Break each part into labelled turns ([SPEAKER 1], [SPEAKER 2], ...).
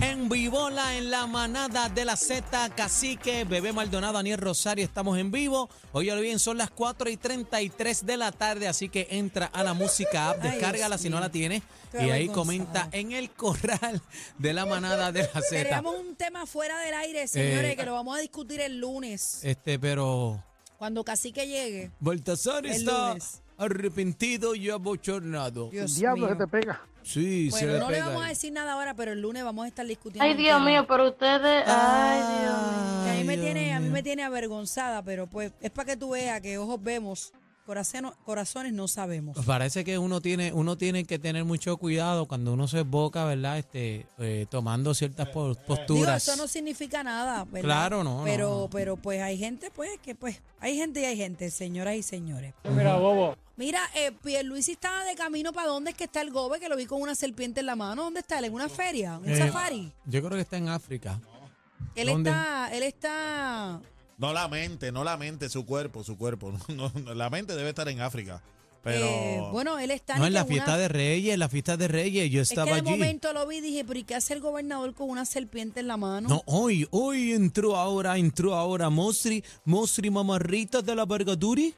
[SPEAKER 1] En Vivola, en la manada de la Z, Cacique, Bebé Maldonado, Daniel Rosario, estamos en vivo. Hoy ya lo bien, son las 4 y 33 de la tarde, así que entra a la música app, descárgala si no la tienes.
[SPEAKER 2] Estoy
[SPEAKER 1] Y ahí
[SPEAKER 2] avergonzada.
[SPEAKER 1] comenta en el corral de la manada de la Z.
[SPEAKER 2] Tenemos un tema fuera del aire, señores,
[SPEAKER 1] Eh,
[SPEAKER 2] que lo vamos a discutir el lunes,
[SPEAKER 1] Este, pero.
[SPEAKER 2] cuando Cacique llegue.
[SPEAKER 1] Baltasar
[SPEAKER 2] El
[SPEAKER 1] está
[SPEAKER 2] lunes.
[SPEAKER 1] arrepentido y abochornado.
[SPEAKER 2] Dios
[SPEAKER 3] Diablo,
[SPEAKER 2] mío.
[SPEAKER 3] se te pega.
[SPEAKER 1] Sí, se
[SPEAKER 2] Bueno,
[SPEAKER 1] le
[SPEAKER 2] no le
[SPEAKER 1] pega
[SPEAKER 2] vamos a
[SPEAKER 1] ahí.
[SPEAKER 2] decir nada ahora, pero el lunes vamos a estar discutiendo.
[SPEAKER 4] Ay,
[SPEAKER 2] el
[SPEAKER 4] Dios
[SPEAKER 2] tema.
[SPEAKER 4] mío, Ah. pero ustedes. Ay, Dios mío.
[SPEAKER 2] Que a mí me
[SPEAKER 1] Ay,
[SPEAKER 2] tiene,
[SPEAKER 1] Dios
[SPEAKER 2] a mí
[SPEAKER 1] mío.
[SPEAKER 2] me tiene avergonzada, pero pues es para que tú veas que ojos vemos, corazón- corazones no sabemos.
[SPEAKER 1] Parece que uno tiene, uno tiene que tener mucho cuidado cuando uno se boca, ¿verdad? Este, eh, tomando ciertas po-
[SPEAKER 2] Digo,
[SPEAKER 1] posturas.
[SPEAKER 2] eso no significa nada, ¿verdad?
[SPEAKER 1] Claro, no, no,
[SPEAKER 2] Pero,
[SPEAKER 1] no.
[SPEAKER 2] pero pues hay gente, pues, que pues, hay gente y hay gente, señoras y señores.
[SPEAKER 3] Mira, bobo.
[SPEAKER 2] Mira, eh, Pierluisi estaba de camino para dónde es que está el gobe, que lo vi con una serpiente en la mano. ¿Dónde está él? ¿En una feria? ¿Un
[SPEAKER 1] Eh,
[SPEAKER 2] safari?
[SPEAKER 1] Yo creo que está en África.
[SPEAKER 2] Él
[SPEAKER 1] ¿dónde?
[SPEAKER 2] está, él está... eh,
[SPEAKER 5] No la mente, no la mente, su cuerpo, su cuerpo. No, no, la mente debe estar en África. Pero.
[SPEAKER 2] eh, bueno, él está...
[SPEAKER 1] No,
[SPEAKER 2] ni
[SPEAKER 1] en
[SPEAKER 2] que
[SPEAKER 1] la
[SPEAKER 2] una-
[SPEAKER 1] fiesta de Reyes, en la fiesta de Reyes, yo
[SPEAKER 2] Es que
[SPEAKER 1] estaba
[SPEAKER 2] de
[SPEAKER 1] allí.
[SPEAKER 2] momento lo vi y dije, pero ¿y qué hace el gobernador con una serpiente en la mano?
[SPEAKER 1] No, hoy, hoy entró ahora, entró ahora Mosri, Mosri Mamarrita de la Vergaduri.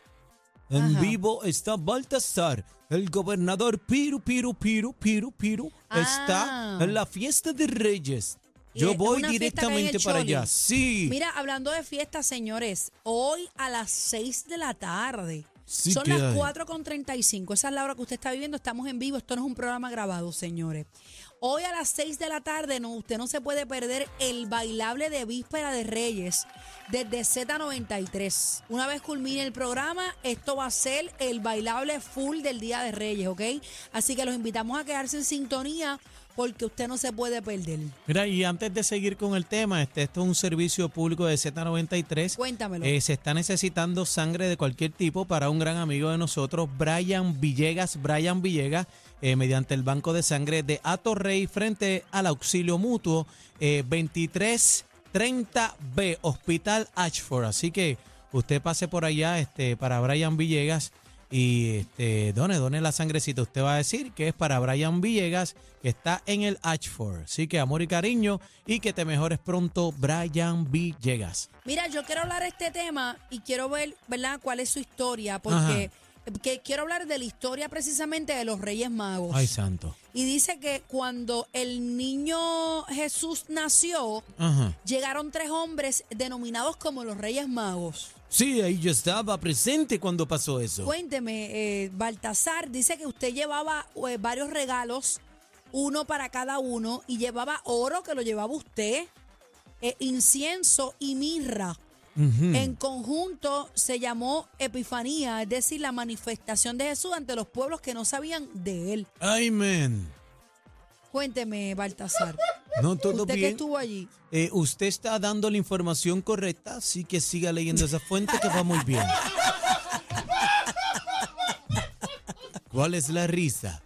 [SPEAKER 1] En
[SPEAKER 2] Ajá.
[SPEAKER 1] vivo está Baltasar, el gobernador Piru, Piru, Piru, Piru, Piru.
[SPEAKER 2] Ah.
[SPEAKER 1] Está en la fiesta de Reyes.
[SPEAKER 2] Y
[SPEAKER 1] Yo
[SPEAKER 2] es
[SPEAKER 1] voy
[SPEAKER 2] una fiesta que hay en
[SPEAKER 1] directamente para
[SPEAKER 2] Choli.
[SPEAKER 1] allá. Sí.
[SPEAKER 2] Mira, hablando de fiestas, señores, hoy a las 6 de la tarde.
[SPEAKER 1] Sí
[SPEAKER 2] Son
[SPEAKER 1] que
[SPEAKER 2] las
[SPEAKER 1] hay.
[SPEAKER 2] 4.35. Esa es la hora que usted está viviendo. Estamos en vivo. Esto no es un programa grabado, señores. Hoy a las 6 de la tarde, no, usted no se puede perder el bailable de Víspera de Reyes desde Z93. Una vez culmine el programa, esto va a ser el bailable full del Día de Reyes, ¿ok? Así que los invitamos a quedarse en sintonía porque usted no se puede perder.
[SPEAKER 1] Mira, y antes de seguir con el tema, este, esto es un servicio público de Z93.
[SPEAKER 2] Cuéntamelo.
[SPEAKER 1] Eh, se está necesitando sangre de cualquier tipo para un gran amigo de nosotros, Brian Villegas. Brian Villegas, eh, mediante el banco de sangre de Atorrey frente al auxilio mutuo eh, 2330B, Hospital Ashford. Así que usted pase por allá este, para Brian Villegas y este, done, done la sangrecita. Usted va a decir que es para Brian Villegas, que está en el Ashford. Así que amor y cariño y que te mejores pronto, Brian Villegas.
[SPEAKER 2] Mira, yo quiero hablar de este tema y quiero ver, ¿verdad?, cuál es su historia, porque que quiero hablar de la historia precisamente de los Reyes Magos.
[SPEAKER 1] Ay, santo.
[SPEAKER 2] y dice que cuando el niño Jesús nació,
[SPEAKER 1] Ajá.
[SPEAKER 2] llegaron tres hombres denominados como los Reyes Magos.
[SPEAKER 1] Sí, ahí yo estaba presente cuando pasó eso.
[SPEAKER 2] Cuénteme, eh, Baltasar dice que usted llevaba eh, varios regalos, uno para cada uno, y llevaba oro, que lo llevaba usted, eh, incienso y mirra.
[SPEAKER 1] Ujú.
[SPEAKER 2] En conjunto se llamó Epifanía, es decir, la manifestación de Jesús ante los pueblos que no sabían de él.
[SPEAKER 1] Ay, men.
[SPEAKER 2] Cuénteme, Baltasar.
[SPEAKER 1] No todo
[SPEAKER 2] Usted que
[SPEAKER 1] bien.
[SPEAKER 2] estuvo allí.
[SPEAKER 1] Eh, usted está dando la información correcta, así que siga leyendo esa fuente que va muy bien. ¿Cuál es la risa?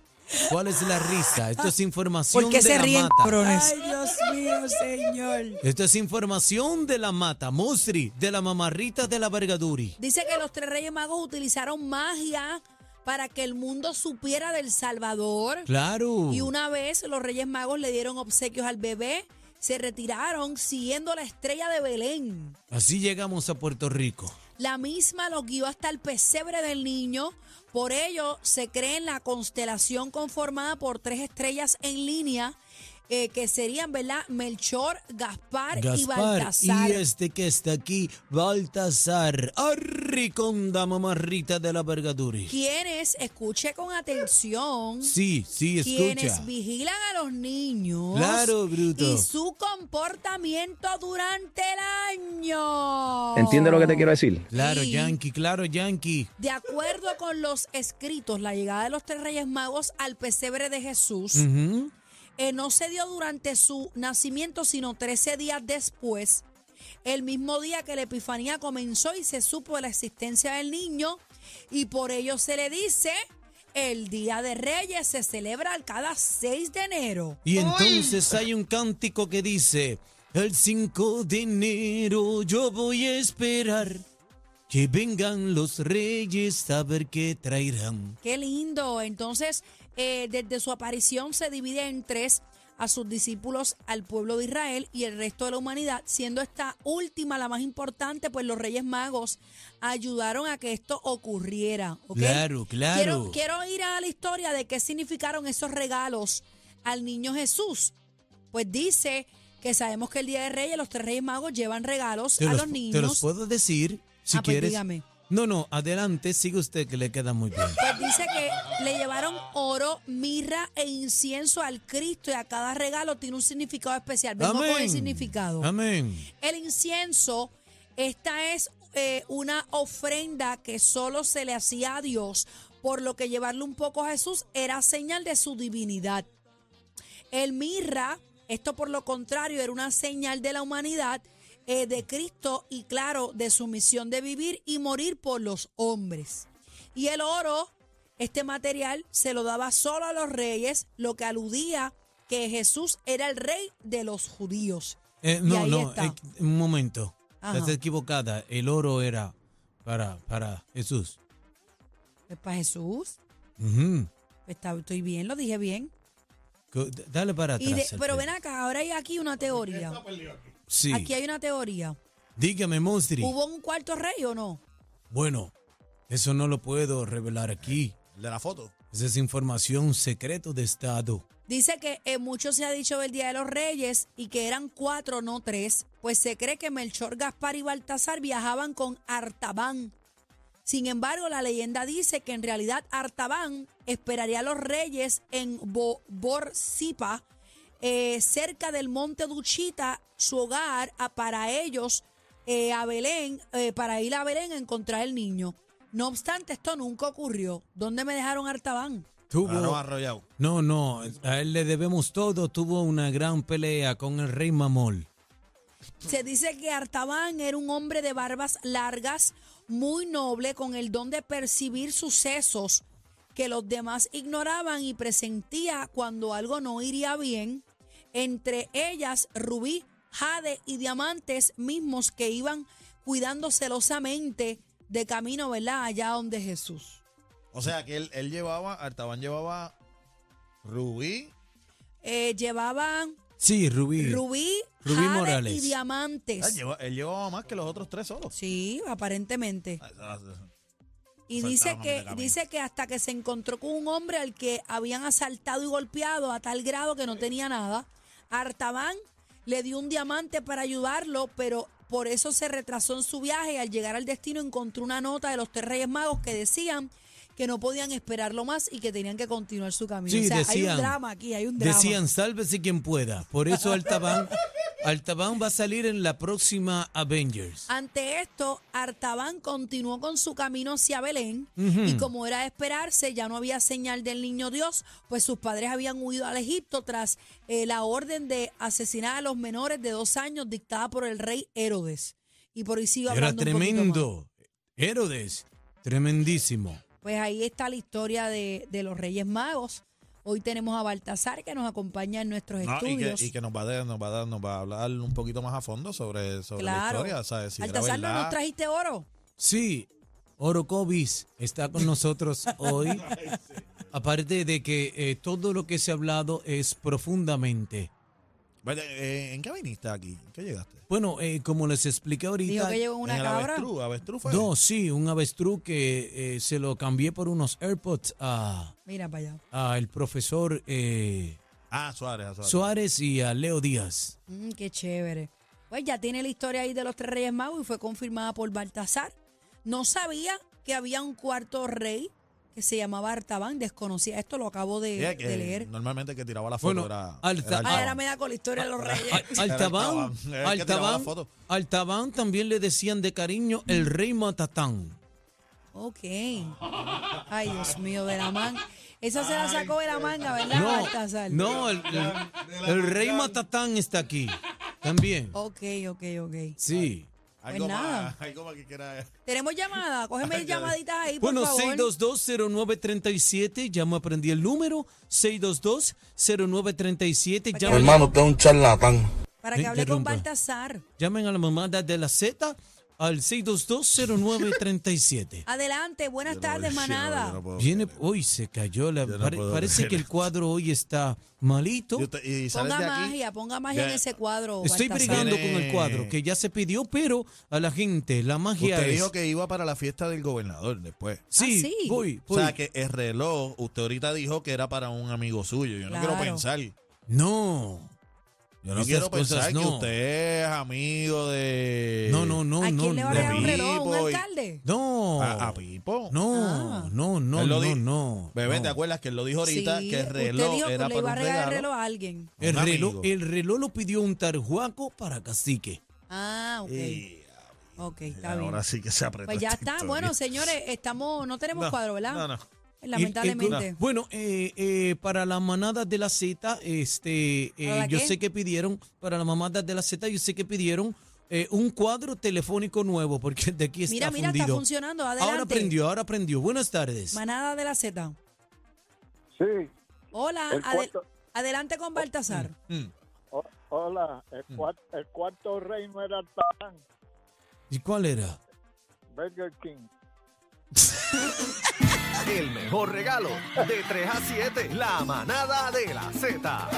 [SPEAKER 1] ¿Cuál es la risa? Esto es información
[SPEAKER 2] ¿Por qué
[SPEAKER 1] de
[SPEAKER 2] se
[SPEAKER 1] la
[SPEAKER 2] ríen,
[SPEAKER 1] mata.
[SPEAKER 2] cabrones? Ay, Dios mío, señor.
[SPEAKER 1] Esto es información de la mata, Mosri, de la mamarrita de la vergaduri.
[SPEAKER 2] Dice que los tres reyes magos utilizaron magia para que el mundo supiera del Salvador.
[SPEAKER 1] Claro.
[SPEAKER 2] Y una vez los reyes magos le dieron obsequios al bebé, se retiraron siguiendo la estrella de Belén.
[SPEAKER 1] Así llegamos a Puerto Rico.
[SPEAKER 2] La misma los guió hasta el pesebre del niño. Por ello se cree en la constelación conformada por tres estrellas en línea, eh, que serían, ¿verdad? Melchor, Gaspar, y Baltasar.
[SPEAKER 1] y este que está aquí, Baltasar, arriconda mamarrita de la vergadura.
[SPEAKER 2] Quienes, escuche con atención,
[SPEAKER 1] Sí, sí,
[SPEAKER 2] quienes
[SPEAKER 1] escucha.
[SPEAKER 2] vigilan a los niños
[SPEAKER 1] Claro, bruto.
[SPEAKER 2] y su comportamiento durante el año.
[SPEAKER 3] ¿Entiendes lo que te quiero decir?
[SPEAKER 1] Claro,
[SPEAKER 2] Sí.
[SPEAKER 1] Yankee, claro, Yankee.
[SPEAKER 2] De acuerdo con los escritos, la llegada de los tres reyes magos al pesebre de Jesús
[SPEAKER 1] Ujú.
[SPEAKER 2] eh, no se dio durante su nacimiento, sino 13 días después, el mismo día que la Epifanía comenzó y se supo de la existencia del niño, y por ello se le dice, el Día de Reyes se celebra cada 6 de enero.
[SPEAKER 1] Y entonces hay un cántico que dice, el 5 de enero yo voy a esperar que vengan los reyes a ver qué traerán.
[SPEAKER 2] Qué lindo. Entonces, eh, desde su aparición se divide en tres a sus discípulos, al pueblo de Israel y el resto de la humanidad, siendo esta última la más importante, pues los Reyes Magos ayudaron a que esto ocurriera. ¿ok?
[SPEAKER 1] Claro, claro.
[SPEAKER 2] Quiero, quiero ir a la historia de qué significaron esos regalos al niño Jesús. Pues dice que sabemos que el Día de Reyes, los tres Reyes Magos llevan regalos
[SPEAKER 1] Te
[SPEAKER 2] a
[SPEAKER 1] los,
[SPEAKER 2] los niños.
[SPEAKER 1] te los puedo decir si
[SPEAKER 2] Ah, pues
[SPEAKER 1] quieres.
[SPEAKER 2] dígame.
[SPEAKER 1] No, no, adelante, sigue usted que le queda muy bien.
[SPEAKER 2] Pues dice que le llevaron oro, mirra e incienso al Cristo y a cada regalo tiene un significado especial. Vengo con el significado.
[SPEAKER 1] Amén.
[SPEAKER 2] El incienso, esta es eh, una ofrenda que solo se le hacía a Dios, por lo que llevarle un poco a Jesús era señal de su divinidad. El mirra, esto por lo contrario, era una señal de la humanidad, eh, de Cristo y claro, de su misión de vivir y morir por los hombres. Y el oro, este material se lo daba solo a los reyes, lo que aludía que Jesús era el rey de los judíos.
[SPEAKER 1] Eh,
[SPEAKER 2] Y
[SPEAKER 1] no,
[SPEAKER 2] ahí
[SPEAKER 1] no,
[SPEAKER 2] está.
[SPEAKER 1] eh, un momento.
[SPEAKER 2] Ajá.
[SPEAKER 1] Estás equivocada. El oro era para, para Jesús.
[SPEAKER 2] Es Pues, para Jesús. pues,
[SPEAKER 1] Ujú.
[SPEAKER 2] Está- estoy bien, lo dije bien.
[SPEAKER 1] Co- d- Dale para atrás.
[SPEAKER 2] Y de-
[SPEAKER 1] el
[SPEAKER 2] pero
[SPEAKER 1] pelo.
[SPEAKER 2] ven acá, ahora hay aquí una teoría.
[SPEAKER 1] Sí.
[SPEAKER 2] Aquí hay una teoría.
[SPEAKER 1] Dígame, Monstri.
[SPEAKER 2] ¿Hubo un cuarto rey o no?
[SPEAKER 1] Bueno, eso no lo puedo revelar aquí.
[SPEAKER 5] El de la foto.
[SPEAKER 1] Esa es información secreto de Estado.
[SPEAKER 2] Dice que eh, mucho se ha dicho del Día de los Reyes y que eran cuatro, no tres. Pues se cree que Melchor, Gaspar y Baltasar viajaban con Artabán. Sin embargo, la leyenda dice que en realidad Artabán esperaría a los reyes en Bo- Borsipa, eh, cerca del monte Duchita, su hogar, a- para ellos, eh, a Belén, eh, para ir a Belén a encontrar el niño. No obstante, esto nunca ocurrió. ¿Dónde me dejaron Artabán?
[SPEAKER 1] Tuvo.
[SPEAKER 5] Claro, arrollado.
[SPEAKER 1] No, no, a él le debemos todo. Tuvo una gran pelea con el rey Mamol.
[SPEAKER 2] Se dice que Artaban era un hombre de barbas largas, muy noble, con el don de percibir sucesos que los demás ignoraban y presentía cuando algo no iría bien, entre ellas rubí, jade y diamantes mismos que iban cuidando celosamente de camino, ¿verdad? Allá donde Jesús.
[SPEAKER 5] O sea que él, él llevaba, Artaban llevaba rubí.
[SPEAKER 2] Eh, llevaban
[SPEAKER 1] Sí, Rubí.
[SPEAKER 2] rubí,
[SPEAKER 1] Rubí
[SPEAKER 2] jade y
[SPEAKER 1] Morales.
[SPEAKER 5] Ah,
[SPEAKER 2] diamantes.
[SPEAKER 5] lleva- él llevaba más que los otros tres solos.
[SPEAKER 2] Sí, aparentemente.
[SPEAKER 5] Ah, ah, ah.
[SPEAKER 2] Y
[SPEAKER 5] Soltaron
[SPEAKER 2] dice
[SPEAKER 5] a
[SPEAKER 2] que,
[SPEAKER 5] mitad camino.
[SPEAKER 2] dice que hasta que se encontró con un hombre al que habían asaltado y golpeado a tal grado que no tenía nada, Artaban le dio un diamante para ayudarlo, pero por eso se retrasó en su viaje y al llegar al destino encontró una nota de los tres reyes magos que decían que no podían esperarlo más y que tenían que continuar su camino.
[SPEAKER 1] Sí,
[SPEAKER 2] o sea, hay
[SPEAKER 1] decían-
[SPEAKER 2] un drama aquí, hay un drama.
[SPEAKER 1] Decían, sálvese quien pueda. Por eso Altabán, Altabán va a salir en la próxima
[SPEAKER 2] Ah,
[SPEAKER 1] Avengers.
[SPEAKER 2] Ante esto, Artaban continuó con su camino hacia Belén y como era de esperarse, ya no había señal del niño Dios, pues sus padres habían huido al Egipto tras eh, la orden de asesinar a los menores de dos años dictada por el rey Herodes. Y por ahí sigo
[SPEAKER 1] Era
[SPEAKER 2] hablando un poquito más.
[SPEAKER 1] tremendo. Herodes, tremendísimo.
[SPEAKER 2] Pues ahí está la historia de, de los Reyes Magos. Hoy tenemos a Baltasar que nos acompaña en nuestros
[SPEAKER 5] No, y, que,
[SPEAKER 2] estudios.
[SPEAKER 5] y que nos va a dar- nos va a dar- nos va a hablar un poquito más a fondo sobre, sobre la
[SPEAKER 2] claro.
[SPEAKER 5] historia. ¿sabes? Si era
[SPEAKER 2] Baltasar, ¿no
[SPEAKER 5] verdad.
[SPEAKER 2] nos trajiste oro?
[SPEAKER 1] Sí, Orocovis está con nosotros hoy. Aparte de que eh, todo lo que se ha hablado es profundamente
[SPEAKER 5] Vaya, eh, ¿En qué viniste aquí? ¿En qué llegaste?
[SPEAKER 1] Bueno, eh, como les expliqué
[SPEAKER 2] Dijo
[SPEAKER 1] ahorita,
[SPEAKER 2] que llegó
[SPEAKER 5] ¿En
[SPEAKER 2] una
[SPEAKER 5] el
[SPEAKER 2] cabra.
[SPEAKER 5] avestruz? ¿Avestruz fue?
[SPEAKER 1] no, sí, un avestruz que eh, se lo cambié por unos AirPods a,
[SPEAKER 2] Mira para allá.
[SPEAKER 1] a el profesor eh,
[SPEAKER 5] Ah, Suárez, a Suárez.
[SPEAKER 1] Suárez y a Leo Díaz.
[SPEAKER 2] Mm, qué chévere. Pues ya tiene la historia ahí de los tres reyes magos y fue confirmada por Baltasar. No sabía que había un cuarto rey que se llamaba Artaban, desconocía. Esto lo acabo de,
[SPEAKER 5] Ella que
[SPEAKER 2] Eh, de leer.
[SPEAKER 5] Normalmente el que tiraba la foto
[SPEAKER 1] Bueno,
[SPEAKER 5] era.
[SPEAKER 1] Alta-
[SPEAKER 5] era
[SPEAKER 2] Ah,
[SPEAKER 5] Alba.
[SPEAKER 2] ahora me da con la historia de los reyes.
[SPEAKER 1] A-
[SPEAKER 5] Era
[SPEAKER 1] Altabán,
[SPEAKER 5] Altabán, era el Eh, que tiraba la
[SPEAKER 1] Altabán,
[SPEAKER 5] foto.
[SPEAKER 1] Altabán también le decían de cariño el rey Matatán.
[SPEAKER 2] Ok. Ay, Dios mío, de la manga. Esa se la sacó de la manga, ¿verdad,
[SPEAKER 1] No,
[SPEAKER 2] Baltasar?
[SPEAKER 1] no, el, el- el rey Matatán está aquí también.
[SPEAKER 2] Ok, ok, ok.
[SPEAKER 1] Sí.
[SPEAKER 5] Algo
[SPEAKER 2] Pues nada.
[SPEAKER 5] más, algo más que quiera.
[SPEAKER 2] Tenemos llamada. Cógeme llamaditas ahí, por
[SPEAKER 1] Bueno,
[SPEAKER 2] favor.
[SPEAKER 1] 6220937, ya me aprendí el número, 6220937,
[SPEAKER 2] Para
[SPEAKER 1] llamen,
[SPEAKER 3] Hermano, usted es un charlatán.
[SPEAKER 2] Para
[SPEAKER 1] Me
[SPEAKER 2] que hable con
[SPEAKER 1] interrumpa.
[SPEAKER 2] Baltasar.
[SPEAKER 1] llamen a la mamada de la Z al 6220937.
[SPEAKER 2] Adelante, buenas tardes, manada.
[SPEAKER 5] Yo no puedo.
[SPEAKER 1] Viene, hoy se cayó, la,
[SPEAKER 5] Yo no
[SPEAKER 1] pare-
[SPEAKER 5] puedo
[SPEAKER 1] parece
[SPEAKER 5] creer
[SPEAKER 1] que el
[SPEAKER 5] esto.
[SPEAKER 1] cuadro hoy está malito.
[SPEAKER 5] Y usted- y sales
[SPEAKER 2] ponga
[SPEAKER 5] de aquí,
[SPEAKER 2] magia, ponga magia en
[SPEAKER 5] Ya-
[SPEAKER 2] ese cuadro,
[SPEAKER 1] Estoy
[SPEAKER 2] Baltasar.
[SPEAKER 1] brigando
[SPEAKER 5] Viene-
[SPEAKER 1] con el cuadro que ya se pidió, pero a la gente la magia
[SPEAKER 5] Usted
[SPEAKER 1] es-
[SPEAKER 5] dijo que iba para la fiesta del gobernador después.
[SPEAKER 1] Sí,
[SPEAKER 2] Ah, sí.
[SPEAKER 1] voy,
[SPEAKER 5] O sea,
[SPEAKER 1] voy.
[SPEAKER 5] que el reloj, usted ahorita dijo que era para un amigo suyo. Yo no
[SPEAKER 2] Claro.
[SPEAKER 5] quiero pensar.
[SPEAKER 1] No.
[SPEAKER 5] Yo no
[SPEAKER 1] Esas
[SPEAKER 5] quiero
[SPEAKER 1] cosas
[SPEAKER 5] pensar que
[SPEAKER 1] no.
[SPEAKER 5] usted es amigo de.
[SPEAKER 1] No, no, no,
[SPEAKER 2] ¿A
[SPEAKER 1] no.
[SPEAKER 2] quién le va a
[SPEAKER 1] no.
[SPEAKER 2] regalar un
[SPEAKER 5] Pipo
[SPEAKER 2] reloj? ¿Un
[SPEAKER 5] y-
[SPEAKER 2] alcalde?
[SPEAKER 1] No.
[SPEAKER 5] A, a Pipo.
[SPEAKER 1] No,
[SPEAKER 2] Ah.
[SPEAKER 1] no, no,
[SPEAKER 5] Ah, pues. Él lo
[SPEAKER 1] no,
[SPEAKER 5] di-
[SPEAKER 1] no.
[SPEAKER 5] Bebé,
[SPEAKER 1] no.
[SPEAKER 5] ¿te acuerdas que él lo dijo ahorita?
[SPEAKER 2] Sí,
[SPEAKER 5] que el reloj
[SPEAKER 2] usted dijo
[SPEAKER 5] era
[SPEAKER 2] que le iba a
[SPEAKER 5] para un
[SPEAKER 2] regalar
[SPEAKER 5] regalo.
[SPEAKER 2] el reloj a alguien.
[SPEAKER 1] El
[SPEAKER 5] Un
[SPEAKER 1] reloj,
[SPEAKER 5] amigo.
[SPEAKER 1] el reloj lo pidió un tarjuaco para cacique.
[SPEAKER 2] Ah, ok.
[SPEAKER 5] Y-
[SPEAKER 2] ok,
[SPEAKER 5] y
[SPEAKER 2] está bien.
[SPEAKER 5] Eh, ahora sí que se apretó.
[SPEAKER 2] Pues ya
[SPEAKER 5] esta
[SPEAKER 2] está.
[SPEAKER 5] historia.
[SPEAKER 2] Bueno, señores, estamos, no tenemos
[SPEAKER 5] No,
[SPEAKER 2] cuadro, ¿verdad?
[SPEAKER 5] No, no.
[SPEAKER 2] Lamentablemente.
[SPEAKER 1] El- el- bueno, eh, eh, para la manada de la Z, este, eh,
[SPEAKER 2] ¿Para
[SPEAKER 1] yo
[SPEAKER 2] qué?
[SPEAKER 1] sé que pidieron, para la mamada de la Z, yo sé que pidieron eh, un cuadro telefónico nuevo, porque el de aquí está
[SPEAKER 2] mira, mira, está
[SPEAKER 1] fundido.
[SPEAKER 2] funcionando. Adelante.
[SPEAKER 1] ahora aprendió, ahora aprendió. Buenas tardes.
[SPEAKER 2] Manada de la Z.
[SPEAKER 6] Sí,
[SPEAKER 2] Hola,
[SPEAKER 6] El
[SPEAKER 2] adel-
[SPEAKER 6] cuarto-
[SPEAKER 2] adelante
[SPEAKER 5] Oh,
[SPEAKER 2] con Baltasar.
[SPEAKER 5] Mm.
[SPEAKER 6] o- hola, el,
[SPEAKER 1] Mm.
[SPEAKER 6] cuar- el cuarto rey no era Artaban,
[SPEAKER 1] ¿Y cuál era?
[SPEAKER 6] Burger King.
[SPEAKER 7] El mejor regalo de 3 a 7, la manada de la Z.